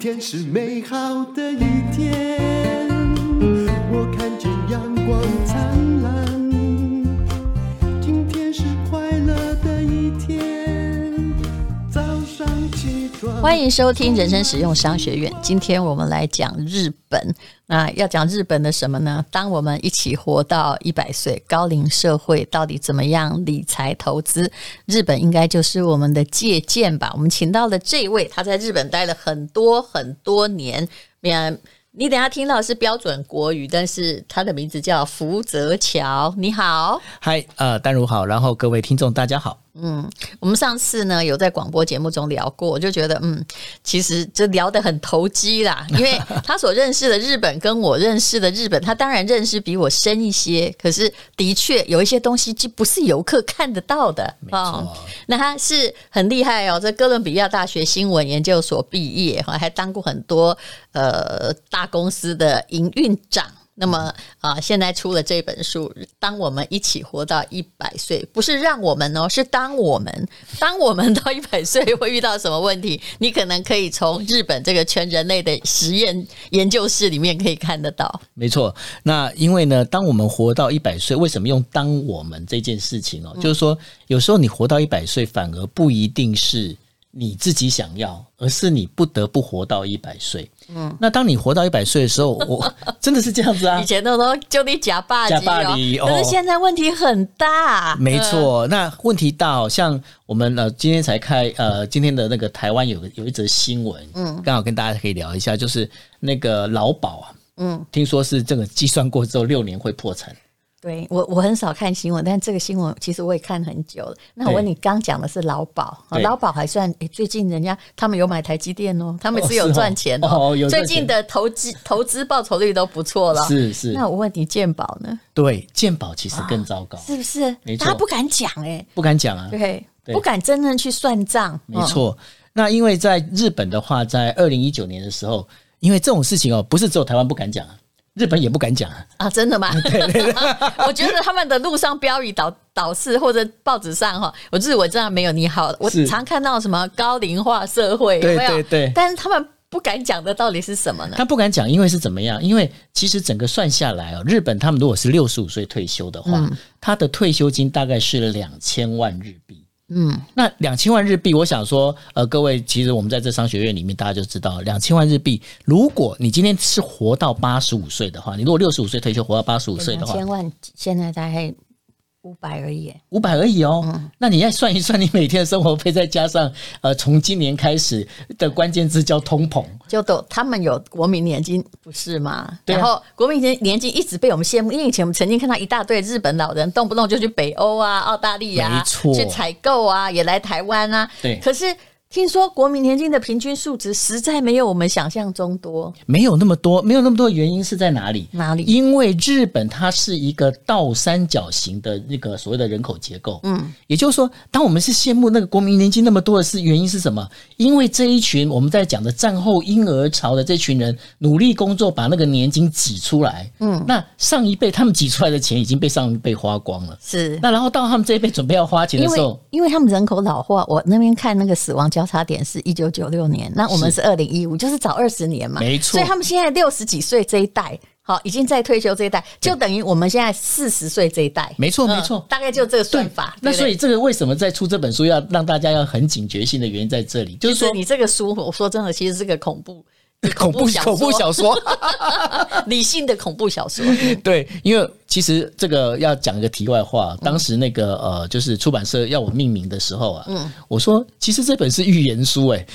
天是美好的一天，我看见阳光灿烂。今天是快乐的一天，早上起床。欢迎收听人生实用商学院。今天我们来讲日本。那要讲日本的什么呢？当我们一起活到一百岁，高龄社会到底怎么样理财投资？日本应该就是我们的借鉴吧。我们请到了这位，他在日本待了很多很多年。嗯，你等一下听到的是标准国语，但是他的名字叫福泽桥。你好。嗨，呃，丹如好，然后各位听众大家好。我们上次呢有在广播节目中聊过，我就觉得嗯，其实这聊得很投机啦，因为他所认识的日本跟我认识的日本，他当然认识比我深一些，可是的确有一些东西既不是游客看得到的哦那他是很厉害哦，在哥伦比亚大学新闻研究所毕业，哈还当过很多呃大公司的营运长。那么啊，现在出了这本书，当我们一起活到一百岁，不是让我们哦，是当我们当我们到一百岁会遇到什么问题？你可能可以从日本这个全人类的实验研究室里面可以看得到。没错，那因为呢，当我们活到一百岁，为什么用“当我们”这件事情哦？就是说，有时候你活到一百岁，反而不一定是你自己想要，而是你不得不活到一百岁。嗯，那当你活到一百岁的时候，我 真的是这样子啊以，前都说就你假霸假霸气气哦哦，但是现在问题很大。没错，那问题大哦，像我们呃今天才开呃今天的那个台湾有个有一则新闻，嗯，刚好跟大家可以聊一下，就是那个劳保啊，嗯，听说是这个计算过之后六年会破产，对我我很少看新闻，但这个新闻其实我也看很久了。那我问对你，刚讲的是劳保，哦对劳保还算、诶最近人家他们有买台积电哦，他们哦是有是哦赚钱哦，哦有赚最钱近的投资投资报酬率都不错了。是是， 那我问你，健保呢？对，健保其实更糟糕，是不是？没错大家不敢讲哎、不敢讲啊，对，嗯对不敢真正去算账。哦没错。那因为在日本的话，在二零一九年的时候，因为这种事情哦，不是只有台湾不敢讲啊，日本也不敢讲啊，嗯啊，真的吗？ 我觉得他们的路上标语导导示或者报纸上哈，我就是我知道没有你好，我是常看到什么高龄化社会，对有没有对对但是他们不敢讲的到底是什么呢？他不敢讲，因为是怎么样？因为其实整个算下来哦，日本他们如果是六十五岁退休的话，嗯他的退休金大概是两千万日币。嗯，那两千万日币，我想说，呃，各位，其实我们在这商学院里面，大家就知道，两千万日币，如果你今天是活到八十五岁的话，你如果六十五岁退休，活到八十五岁的两话，千万现在大概五百而已，五百而已哦。嗯那你要算一算，你每天的生活费，再加上呃，从今年开始的关键字叫通膨，就都他们有国民年金不是吗？对啊然后国民年年金一直被我们羡慕，因为以前我们曾经看到一大堆日本老人动不动就去北欧啊、澳大利亚、没错去采购啊，也来台湾啊。对可是听说国民年金的平均数值实在没有我们想象中多。没有那么多，没有那么多的原因是在哪里？哪里因为日本它是一个倒三角形的那个所谓的人口结构，嗯，也就是说，当我们是羡慕那个国民年金那么多的是原因是什么？因为这一群我们在讲的战后婴儿潮的这群人努力工作，把那个年金挤出来，嗯，那上一辈他们挤出来的钱已经被上一辈花光了，是那然后到他们这一辈准备要花钱嗯的因时为候，因为他们人口老化，我那边看那个死亡交叉点是一九九六年，那我们是二零一五，就是早二十年嘛，没错所以他们现在六十几岁这一代，好，已经在退休这一代，就等于我们现在四十岁这一代，没错嗯没错大概就这个算对法。那对不对所以这个为什么在出这本书要让大家要很警觉性的原因在这里，就其是实说你这个书，我说真的，其实是个恐怖。恐怖恐怖小说。理性的恐怖小说，对，因为其实这个要讲一个题外话，当时那个呃，就是出版社要我命名的时候啊，我说其实这本是预言书、欸，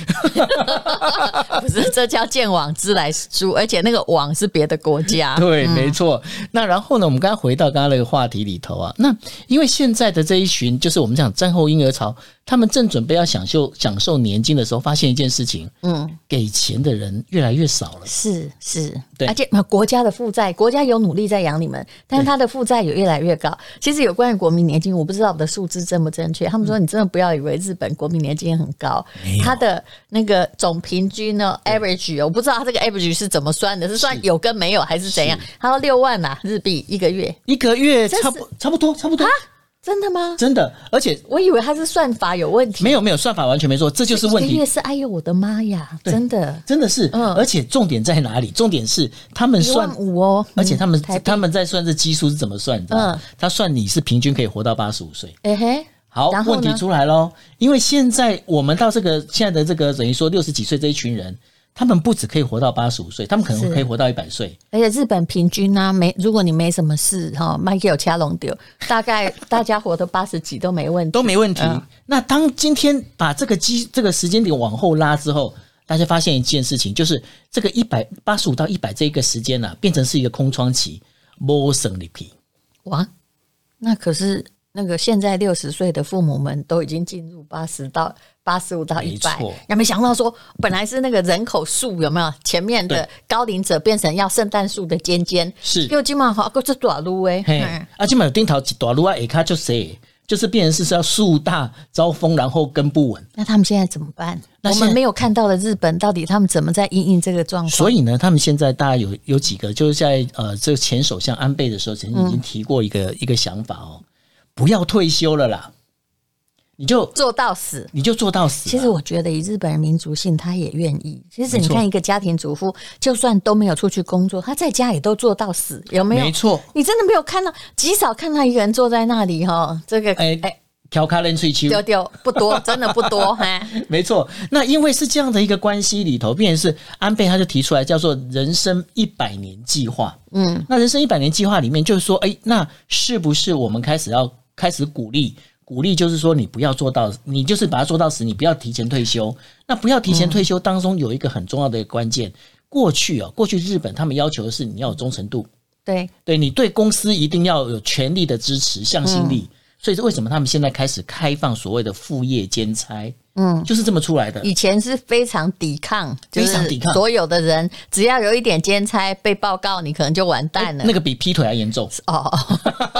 不是这叫见往知来书，而且那个网是别的国家， 对，没错。那然后呢，我们刚刚回到刚刚那个话题里头啊，那因为现在的这一群就是我们讲战后婴儿潮，他们正准备要享受享受年金的时候，发现一件事情，嗯，给钱的人越来越少了。是是，对而且呃国家的负债，国家有努力在养你们，但是他的负债也越来越高。其实有关于国民年金，我不知道我的数字正不正确。他们说你真的不要以为日本国民年金很高，它的那个总平均呢 average，我不知道它这个 average 是怎么算的，是算有跟啊没有还是怎样？他说六万呐、日币一个月，一个月真是差不差不多差不多真的吗？真的，而且我以为他是算法有问题，没有没有算法完全没错，这就是问一个题月，是哎呦我的妈呀，真的真的是。嗯而且重点在哪里？重点是他们一算万，五哦，而且他们嗯台币他们在算这基数是怎么算的？啊嗯他算你是平均可以活到八十五岁。哎嘿，好然，后问呢题出来喽，因为现在我们到这个现在的这个等于说六十几岁这一群人，他们不只可以活到八十五岁，他们可能是可以活到一百岁。而且日本平均啊，没如果你没什么事哈、m i c h a e l 掐龙丢，大 概大家活到八十几都没问题都。没问题。嗯那当今天把这个基这个时间点往后拉之后，大家发现一件事情，就是这个一百八十五到一百这一个时间呢、啊，变成是一个空窗期。摸省里皮，哇，那可是那个现在六十岁的父母们都已经进入八十到八十五到没一错百，那没想到说本来是那个人口数有没有前面的高龄者变成要圣诞树的尖尖，是又今晚好够这短路哎，嘿嗯，而且有丁桃几短路啊，一卡就谁，就是变成是是要树大招风，然后根不稳。那他们现在怎么办？那我现们在没有看到的日本到底他们怎么在应应这个状况？所以呢，他们现在大概有有几个，就是在呃，这个前首相安倍的时候，曾经已经提过一个、一个想法哦，不要退休了啦，你就做到死。你就做到死啊。其实我觉得以日本人民族性，他也愿意。其实没你错看一个家庭主妇，就算都没有出去工作，她在家也都做到死，有没有？没错，你真的没有看到，极少看到一个人坐在那里哈，这个哎哎、调卡人退休，丢丢不 多，真的不多哈。没错。那因为是这样的一个关系里头，变成是安倍他就提出来叫做“人生一百年计划”。嗯，那人生一百年计划里面就是说，哎，那是不是我们开始要开始鼓励？鼓励就是说，你不要做到，你就是把它做到死，你不要提前退休。那不要提前退休当中有一个很重要的关键，过去哦，过去日本他们要求的是你要有忠诚度，对，对你对公司一定要有全力的支持、向心力。所以是为什么他们现在开始开放所谓的副业兼差？嗯，就是这么出来的。以前是非常抵抗，就非常是抵抗所有的人只要有一点兼差被报告，你可能就完蛋了。那个比劈腿还严重。哦，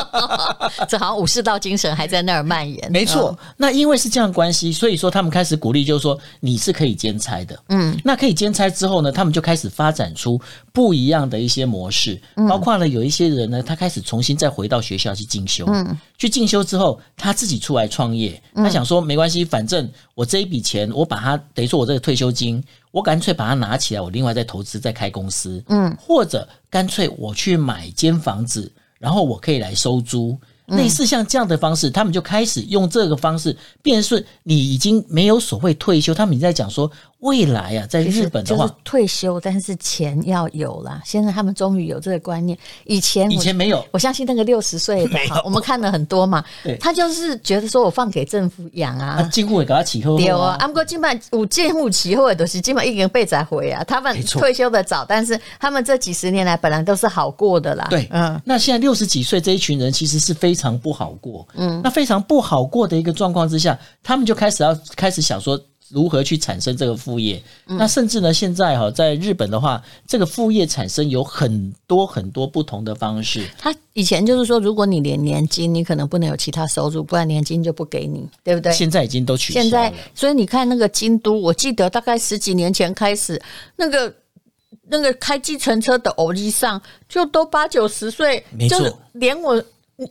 这好像武士道精神还在那儿蔓延。哦没错，嗯那因为是这样的关系，所以说他们开始鼓励，就是说你是可以兼差的。嗯，那可以兼差之后呢，他们就开始发展出不一样的一些模式，包括了有一些人呢，他开始重新再回到学校去进修。嗯，去进修之后，他自己出来创业，他想说没关系，反正我这一笔钱，我把它等于说我这个退休金，我干脆把它拿起来，我另外再投资，再开公司。嗯，或者干脆我去买间房子，然后我可以来收租。嗯类似像这样的方式，他们就开始用这个方式，变成是你已经没有所谓退休，他们已经在讲说未来啊，在就日是本的就是话，退休，但是钱要有啦。现在他们终于有这个观念，以前以我前没有，我相信那个六十岁 的哈，我们看了很多嘛对，他就是觉得说我放给政府养啊，啊。几乎也给他起后对后啊，啊，啊，不过基本五届五期或者都是基本已经被宰回啊，他没们错退休的早，但是他们这几十年来本来都是好过的啦。对，嗯，那现在六十几岁这一群人其实是非常不好过，嗯，那非常不好过的一个状况之下，他们就开始要开始想说。如何去产生这个副业？嗯那甚至呢，现在哈、在日本的话，这个副业产生有很多很多不同的方式。他以前就是说，如果你连年金，你可能不能有其他收入，不然年金就不给你，对不对？现在已经都取消了。现在，所以你看那个京都，我记得大概十几年前开始，那个那个开计程车的偶一上，就都八九十岁没，错就是连我。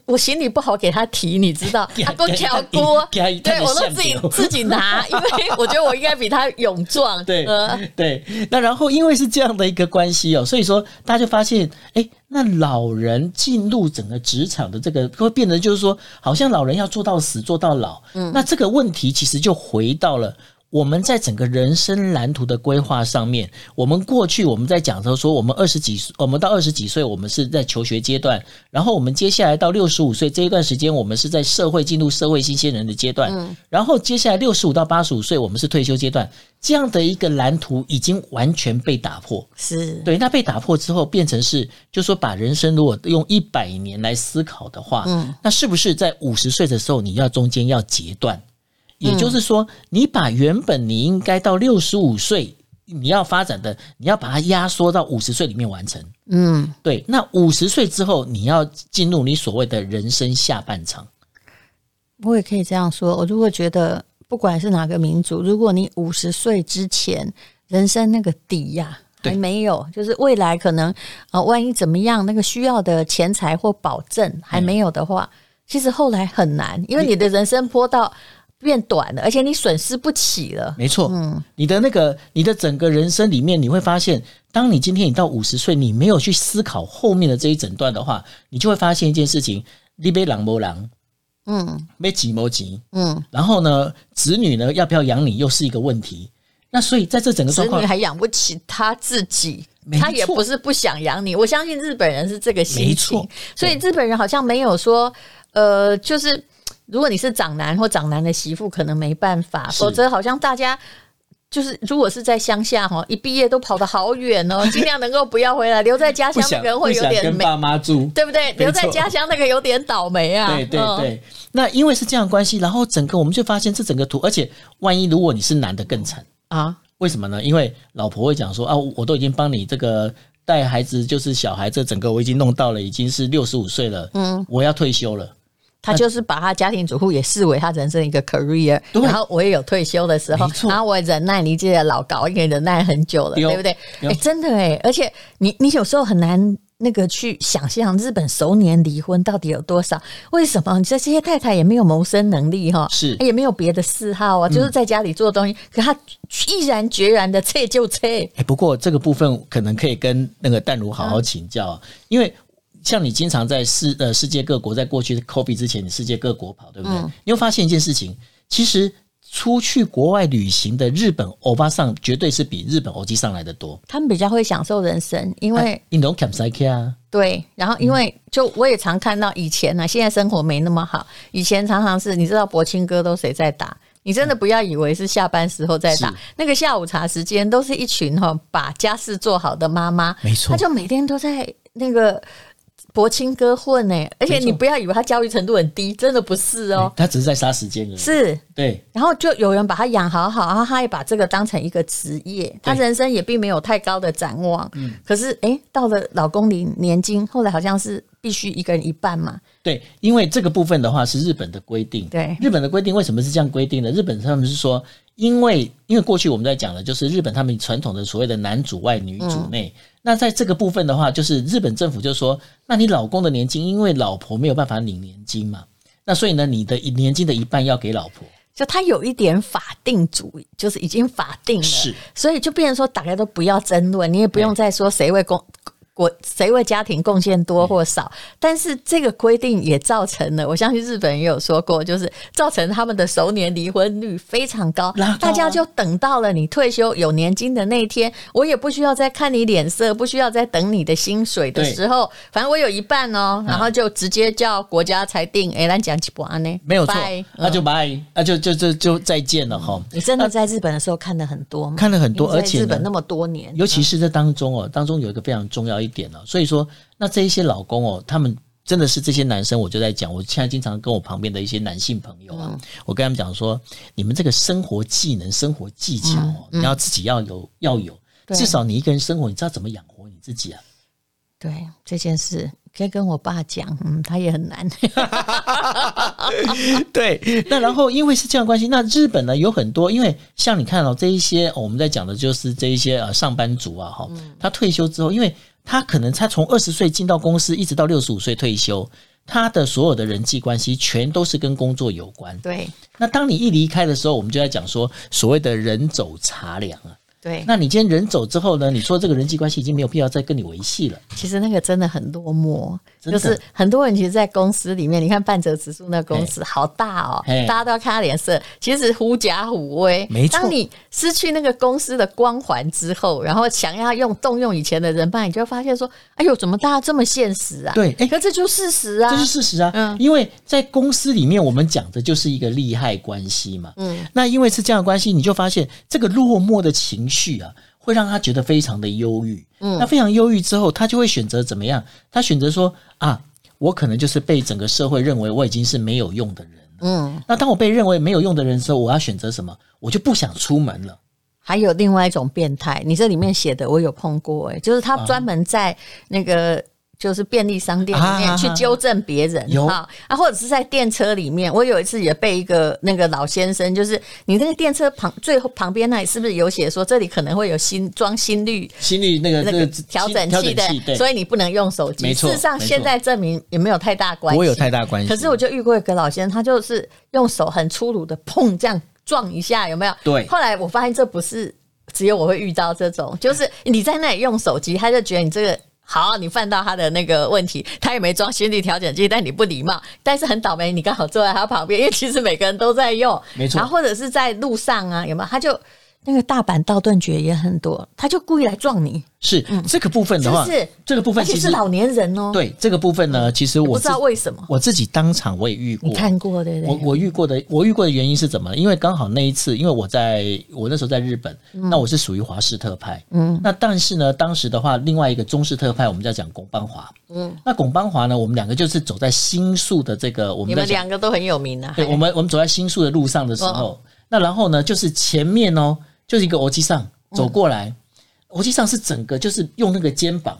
我行李不好给他提，你知道 给，他阿公给他挑锅，给他给他对我都自己下流自己拿，因为我觉得我应该比他勇壮。 对、呃对，那然后因为是这样的一个关系哦，所以说大家就发现，哎，那老人进入整个职场的这个，会变得就是说，好像老人要做到死做到老，嗯，那这个问题其实就回到了。我们在整个人生蓝图的规划上面，我们过去我们在讲说，说我们二十几，我们到二十几岁，我们是在求学阶段，然后我们接下来到六十五岁这一段时间，我们是在社会进入社会新鲜人的阶段，然后接下来六十五到八十五岁，我们是退休阶段，这样的一个蓝图已经完全被打破。是对，那被打破之后，变成是，就说把人生如果用一百年来思考的话，那是不是在五十岁的时候，你要中间要截断？也就是说，你把原本你应该到六十五岁你要发展的，你要把它压缩到五十岁里面完成。嗯，对。那五十岁之后，你要进入你所谓的人生下半场。我也可以这样说，我如果觉得不管是哪个民族，如果你五十岁之前人生那个底呀、对还没有，就是未来可能呃，万一怎么样，那个需要的钱财或保证还没有的话，其实后来很难，因为你的人生坡道变短了，而且你损失不起了。没错，嗯你的那个你的整个人生里面，你会发现，当你今天你到五十岁，你没有去思考后面的这一整段的话，你就会发现一件事情：你被狼谋狼，嗯被急谋急，嗯，然后呢，子女呢要不要养你又是一个问题。那所以在这整个子状女况，还养不起他自己没。错他也不是不想养你，我相信日本人是这个心没情错，所以日本人好像没有说，呃，就是如果你是长男或长男的媳妇，可能没办法，是否则好像大家就是如果是在乡下哈，一毕业都跑得好远 哦，尽量能够不要回来，留在家不乡想的人不会有想点跟没，爸妈 住，对不对？错留在家乡那个有点倒霉啊，对对嗯对，那因为是这样的关系，然后整个我们就发现这整个图，而且万一如果你是男的更惨，啊，为什么呢？因为老婆会讲说啊，我都已经帮你这个带孩子，就是小孩这整个我已经弄到了，已经是六十五岁了，嗯，我要退休了，他就是把他家庭主妇也视为他人生一个 career，对然后我也有退休的时候没，错然后我也忍耐你这个老高，也忍耐很久了，对哦对不对？对哎、哦真的哎，而且你你有时候很难那个去想象日本熟年离婚到底有多少？为什么？你这这些太太也没有谋生能力哈，是也没有别的嗜好啊，就是在家里做东西，可她毅然决然的撤就撤，哎、不过这个部分可能可以跟那个淡如好好请教、嗯啊，因为像你经常在世呃世界各国，在过去 COVID 之前，你世界各国跑，对不对？嗯你会发现一件事情，其实出去国外旅行的日本欧巴桑绝对是比日本欧基上来的多，他们比较会享受人生，因为。你懂 campsite 啊？对，然后因嗯为就我也常看到以前呢、啊现在生活没那么好，以前常常是你知道博清哥都谁在打。你真的不要以为是下班时候在打是，那个下午茶时间都是一群哈、把家事做好的妈妈，没错她就每天都在那个博清哥混呢、而且没错你不要以为她教育程度很低，真的不是哦，他只是在杀时间而已。是对，然后就有人把他养好好，然后他也把这个当成一个职业，他人生也并没有太高的展望。可是诶，到了老公龄年金，后来好像是必须一个人一半嘛。对，因为这个部分的话是日本的规定。对日本的规定为什么是这样规定的？日本他们是说，因为因为过去我们在讲的就是日本他们传统的所谓的男主外女主内。那在这个部分的话，就是日本政府就说，那你老公的年金，因为老婆没有办法领年金嘛，那所以呢，你的年金的一半要给老婆。就他有一点法定主义，就是已经法定了，是所以就变成说大家都不要争论，你也不用再说谁为公国谁为家庭贡献多或少。嗯但是这个规定也造成了，我相信日本也有说过，就是造成他们的熟年离婚率非常高，拉高啊大家就等到了你退休有年金的那一天，我也不需要再看你脸色，不需要再等你的薪水的对啊时候，反正我有一半哦，然后就直接叫国家裁定，哎、咱讲几波安呢？没有错拜，那嗯就拜，那就就就就再见了哈。你真的在日本的时候看的很多吗？看了很多因为而在且呢日本那么多年，尤其是在当中哦，当中有一个非常重要一点哦，所以说，那这一些老公哦，他们真的是这些男生，我就在讲，我现在经常跟我旁边的一些男性朋友啊，我跟他们讲说，你们这个生活技能、生活技巧哦，你要自己要有，要有，对至少你一个人生活，你知道怎么养活你自己啊。对这件事，可以跟我爸讲，嗯，他也很难。 对，那然后因为是这样的关系，那日本呢有很多，因为像你看哦，这一些、哦我们在讲的就是这一些呃上班族啊哈、他退休之后，因为他可能他从二十岁进到公司，一直到六十五岁退休，他的所有的人际关系全都是跟工作有关。对那当你一离开的时候，我们就在讲说所谓的人走茶凉啊。对，那你今天人走之后呢，你说这个人际关系已经没有必要再跟你维系了，其实那个真的很落寞，真就的是很多人其实，在公司里面，你看半泽直树那公司好大哦，嘿大家都要看他脸色，其实狐假虎威。没错当你失去那个公司的光环之后，然后想要用动用以前的人脉，你就会发现说，哎呦，怎么大家这么现实啊？对哎可这就是事实啊，这是事实啊。嗯因为在公司里面，我们讲的就是一个利害关系嘛。嗯，那因为是这样的关系，你就发现这个落寞的情绪啊，会让他觉得非常的忧郁。嗯，那非常忧郁之后，他就会选择怎么样？他选择说啊，我可能就是被整个社会认为我已经是没有用的人了。嗯。那当我被认为没有用的人的时候，我要选择什么？我就不想出门了。还有啊另外一种变态，你这里面写的我有碰过、欸，就是他专门在那个就是便利商店里面啊去纠正别人有啊啊，或者是在电车里面，我有一次也被一个那个老先生，就是你那个电车旁最后旁边那里是不是有写说这里可能会有新装心率心率那个那那个个调整调器的，对，所以你不能用手机。没事错实上，没错现在证明也没有太大关系，不会有太大关系可是我就遇过一个老先生，他就是用手很粗鲁的碰这样撞一下，有没有？对后来我发现这不是只有我会遇到这种，就是你在那里用手机，他就觉得你这个。好，你犯到他的那个问题，他也没装心理调整器，但你不礼貌，但是很倒霉，你刚好坐在他旁边，因为其实每个人都在用，没错然后或者是在路上啊，有没有？他就那个大阪道顿崛也很多，他就故意来撞你，是这个部分的话嗯是不是，这个部而分且其是实老年人哦，，对这个部分呢，其实不我知道自为什么，我自己当场我也遇过你，啊看过对不对？我我遇过的，我遇过的原因是怎么？因为刚好那一次，因为我在我那时候在日本，嗯那我是属于华氏特派，嗯，那但是呢，当时的话，另外一个中式特派，我们在讲拱邦华，嗯，那拱邦华呢，我们两个就是走在新宿的这个，我你们在们讲两个都很有名啊，对，还我们我们走在新宿的路上的时候，哦那然后呢，就是前面哦，就是一个欧基上走过嗯来，欧基上是整个就是用那个肩膀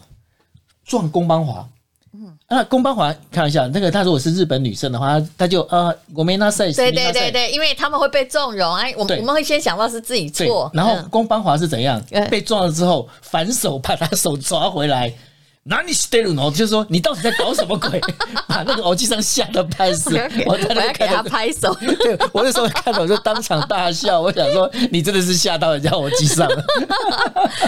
撞宫邦华。嗯，那宫邦华看一下，那个她如果是日本女生的话，她她就啊，我没那赛，对对ごめんなさ对い，对，因为他们会被纵容，哎，我们对我们会先想到是自己对错，，然后嗯宫邦华是怎样嗯，被撞了之后，反手把她手抓回来。那你 stay 呢？就是说你到底在搞什么鬼？把那个欧基上吓得半死 我我在那要给边看他到拍手， 对我那时候看到我就当场大笑，我想说你真的是吓到人家我机上了，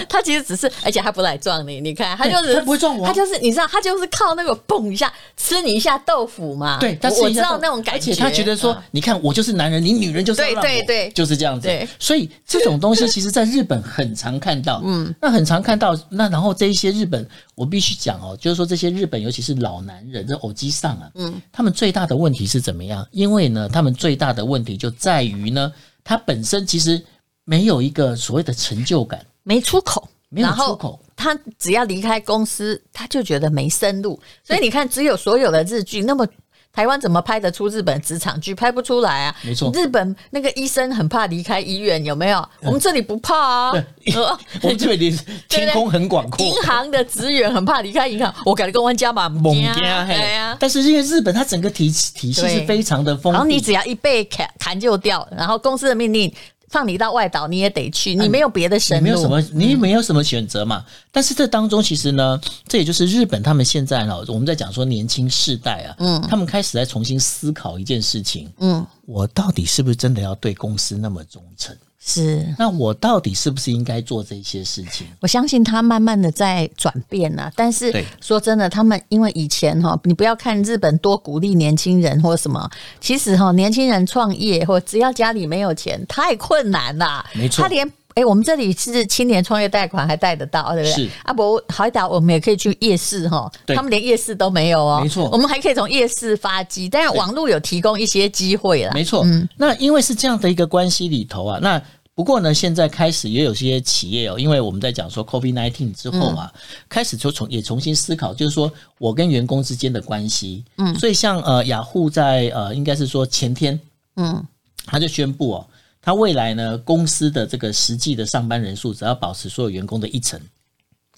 他其实只是，而且他不来撞你，你看他就对是他不会撞我啊他就是你知道，他就是靠那个蹦一下吃你一下豆腐嘛， 对，他我是我一知下道动那种感觉，而且他觉得说，嗯你看我就是男人，你女人就是要对让对我对就是这样子对，所以这种东西 其实在日本很常看到，嗯，那很常看到，那然后这一些日本，我必须讲哦，就是说这些日本，尤其是老男人，这偶机上啊，嗯，他们最大的问题是怎么样？因为呢，他们最大的问题就在于呢，他本身其实没有一个所谓的成 就感，没出口，没有然后出口他只要离开公司，他就觉得没生路。所以你看，只有所有的日剧，那么台湾怎么拍得出日本职场剧？拍不出来啊！没错嗯日本那个医生很怕离开医院，有没有？我们这里不怕啊。 呃我们这边离天空很广阔，银行的职员很怕离开银行，我感觉跟我家嘛猛猛加嘿对哎呀。但是因为日本它整个体系体系对是非常的丰富，然后你只要一被砍砍就掉，然后公司的命令放你到外岛，你也得去，你没有别的嗯你生没有什路。么，你没有什么选择嘛。但是这当中其实呢，这也就是日本他们现在呢，我们在讲说年轻世代啊，嗯，他们开始在重新思考一件事情，嗯，我到底是不是真的要对公司那么忠诚？是。那我到底是不是应该做这些事情？我相信他慢慢的在转变啊，但是对说真的，他们因为以前哈，你不要看日本多鼓励年轻人或什么，其实哈，年轻人创业或只要家里没有钱，太困难啦。没错他连哎、我们这里是青年创业贷款还贷得到，对不对是？啊不，好一点，我们也可以去夜市哈，对他们连夜市都没有哦，没错我们还可以从夜市发迹，但是网络有提供一些机会啦。没错，那因为是这样的一个关系里头啊，那不过呢，现在开始也有些企业哦，因为我们在讲说 COVID nineteen 之后嗯啊，开始就重也重新思考，就是说我跟员工之间的关系。嗯，所以像呃雅虎在呃应该是说前天，嗯，他就宣布哦，他未来呢公司的这个实际的上班人数只要保持所有员工的一成。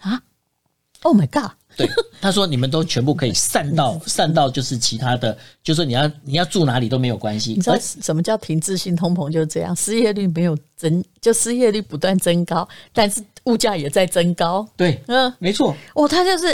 啊，Oh my god！ 对，他说你们都全部可以散到散到就是其他的，就说你要你要住哪里都没有关系你知，道而什么叫停滞性通膨？就是这样，失业率没有增，就失业率不断增高，但是物价也在增高。对，嗯，没错，哦，它就是，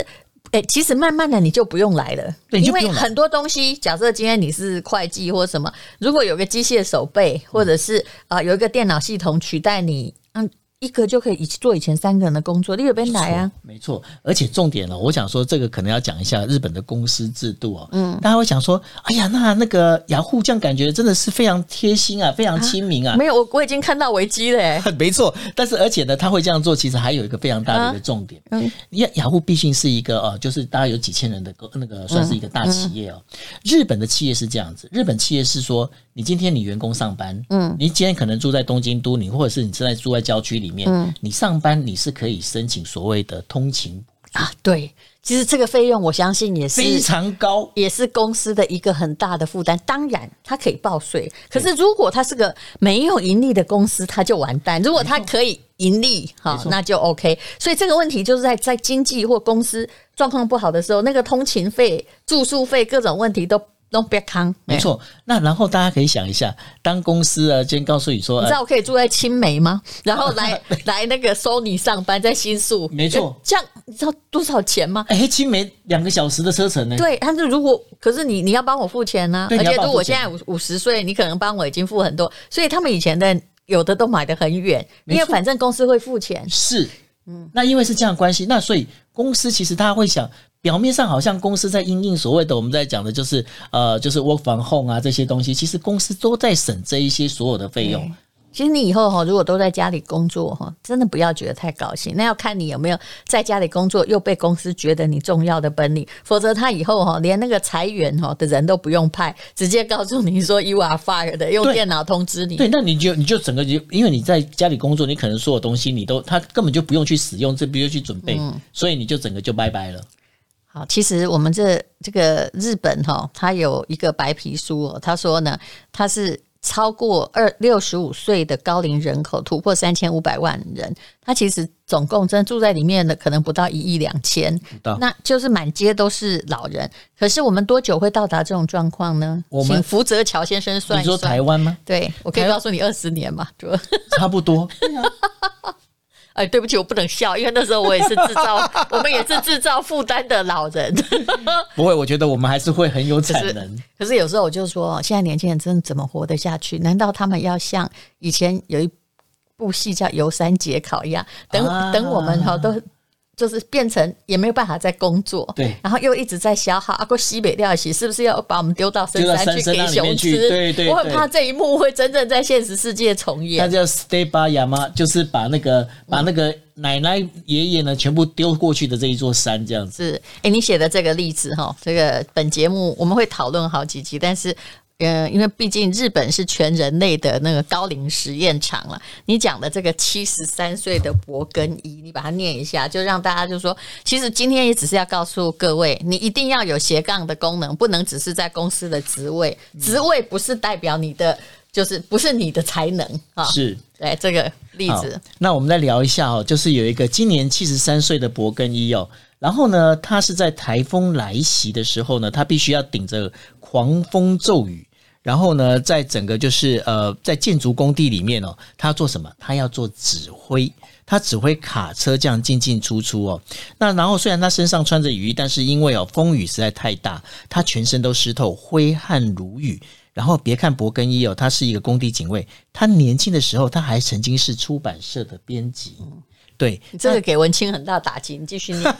哎、其实慢慢的你就不用来了，对你因就不为用来很多东西，假设今天你是会计或什么，如果有个机械手背，或者是啊、有一个电脑系统取代你，嗯，一个就可以以做以前三个人的工作，你有边来啊？没错，而且重点呢、哦我想说这个可能要讲一下日本的公司制度哦。嗯，大家会想说，哎呀，那那个雅虎这样感觉真的是非常贴心啊，非常亲民啊。没有，我我已经看到危机了、哎 没错，但是而且呢，他会这样做，其实还有一个非常大的一个重点。嗯，雅雅虎毕竟是一个呃，就是大概有几千人的那个算是一个大企业哦。日本的企业是这样子，日本企业是说，你今天你员工上班，嗯，你今天可能住在东京都，你或者是你是在住在郊区里面，嗯，你上班你是可以申请所谓的通勤啊，对，其实这个费用我相信也是非常高。也是公司的一个很大的负担。当然，它可以报税，可是如果它是个没有盈利的公司，它就完蛋。如果它可以盈利，哈，那就 OK。所以这个问题就是在在经济或公司状况不好的时候，那个通勤费、住宿费各种问题都都别扛。没哎，错，那然后大家可以想一下，当公司啊，今天告诉你说，哎你呃知道我可以住在青梅 吗？然后来来那个 Sony 上班，在新宿，没错这样你知道多少钱吗？哎、黑青梅两个小时的车程呢，对，他就如果可是你你要帮我付钱呢、对而你要且帮如我果我付现钱在五五十岁，你可能帮我已经付很多，所以他们以前的有的都买的很远，没因为错反正公司会付钱。是，嗯那因为是这样的关系，那所以公司其实大家会想，表面上好像公司在因应所谓的我们在讲的就是呃，就是 work from home 啊这些东西，其实公司都在省这一些所有的费用。其实你以后哈，如果都在家里工作哈，真的不要觉得太高兴，那要看你有没有在家里工作又被公司觉得你重要的本领，否则他以后哈连那个裁员哈的人都不用派，直接告诉你说 you are fired，的用对电脑通知你。对，那你就你就整个就因为你在家里工作，你可能所有东西你都他根本就不用去使用，这不用去准备，嗯所以你就整个就拜拜了。好，其实我们这这个日本哈、它有一个白皮书哦，他说呢，它是超过二六十五岁的高龄人口突破三千五百万人，它其实总共真住在里面的可能不到一亿两千到，那就是满街都是老人。可是我们多久会到达这种状况呢？我们请福泽桥先生算你一说算。台湾吗？对，我可以告诉你二十年嘛，就差不多，哎，对不起，我不能笑，因为那时候我也是制造， 我们也是制造负担的老人。不会，我觉得我们还是会很有产是能。可是有时候我就说，现在年轻人真的怎么活得下去？难道他们要像以前有一部戏叫《游山解考》一样，等、啊等我们哈都就是变成也没有办法在工作，对然后又一直在消耗啊，过西北料洗是不是要把我们丢到深丢到山深去山给那里熊面去吃？对对我很对怕这一幕会真正在现实世界重那演。叫 stay by 亚妈，就是把那个把那个奶奶爷爷呢全部丢过去的这一座山这样子。是，哎、你写的这个例子哈，这个本节目我们会讨论好几集，但是。呃，因为毕竟日本是全人类的那个高龄实验场了。你讲的这个七十三岁的伯根伊，你把它念一下，就让大家就说，其实今天也只是要告诉各位，你一定要有斜杠的功能，不能只是在公司的职位，职位不是代表你的，就是不是你的才能啊。是，对这个例好子，，那我们再聊一下哦，就是有一个今年七十三岁的伯根伊哦，然后呢，他是在台风来袭的时候呢，他必须要顶着狂风骤雨，然后呢，在整个就是呃，在建筑工地里面哦，他要做什么？他要做指挥。他指挥卡车这样进进出出哦，那然后虽然他身上穿着雨衣，但是因为哦风雨实在太大，他全身都湿透，挥汗如雨。然后别看伯根伊哦，他是一个工地警卫，他年轻的时候他还曾经是出版社的编辑，对，你这个给文青很大打击，你继续念。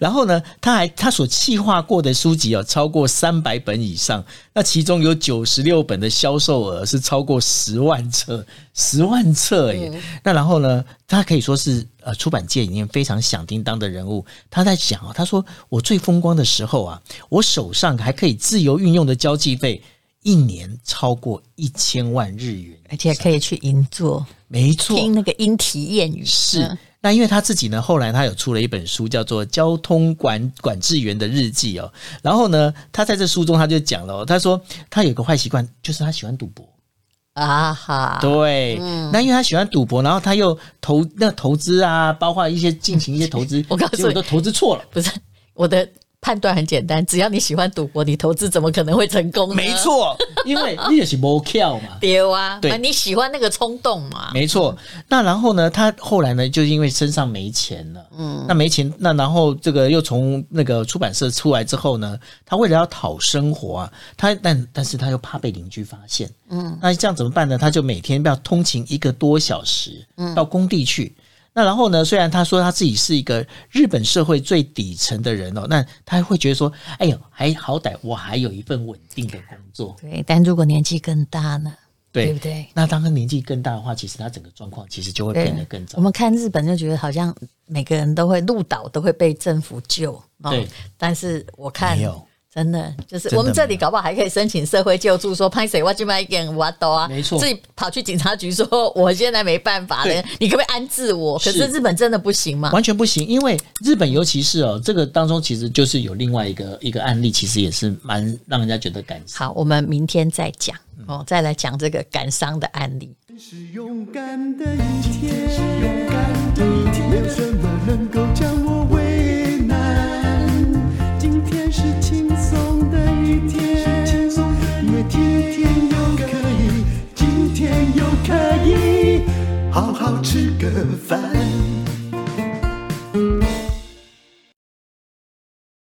然后呢，他还他所企划过的书籍哦，超过三百本以上，那其中有九十六本的销售额是超过十万册，十万册耶。那然后呢，他可以说是呃出版界里面非常响叮当的人物。他在讲哦，他说我最风光的时候啊，我手上还可以自由运用的交际费，一年超过一千万日元， 而且可以去银座没错，听那个音题谚语。是嗯，那因为他自己呢，后来他有出了一本书，叫做《交通管管制员的日记》哦。然后呢，他在这书中他就讲了、哦，他说他有个坏习惯，就是他喜欢赌博。啊嗯哈，对，那因为他喜欢赌博，然后他又投那投资啊，包括一些进行一些投资， 我告诉你结果都投资错了。不是我的判断很简单，只要你喜欢赌博，你投资怎么可能会成功呢？没，错，因为你也是没票嘛。丢啊，对啊你喜欢那个冲动嘛？没错，那然后呢？他后来呢，就因为身上没钱了，嗯，那没钱，那然后这个又从那个出版社出来之后呢，他为了要讨生活啊，他但但是他又怕被邻居发现，嗯，那这样怎么办呢？他就每天要通勤一个多小时，嗯，到工地去。那然后呢？虽然他说他自己是一个日本社会最底层的人哦，那他会觉得说：“哎呦，还好歹我还有一份稳定的工作。对，但如果年纪更大呢？”对对不对？那当他年纪更大的话，其实他整个状况其实就会对变得更糟我。们看日本就觉得好像每个人都会入岛都会被政府救，哦对，但是我看没有真的就是真的我们这里搞不好还可以申请社会救助，说拍谁我去卖给我抖啊，没错自己跑去警察局说我现在没办法了对，你可不可以安置我？可是是日本真的不行嘛？完全不行，因为日本尤其是哦，这个当中其实就是有另外一个一个案例，其实也是蛮让人家觉得感伤。好，我们明天再讲嗯哦，再来讲这个感伤的案例。是勇敢的一天，是勇敢的一天，没有什么能够将我为难。今天是轻松的一天，轻松，因为今天又可以，今天又可以好好吃个饭。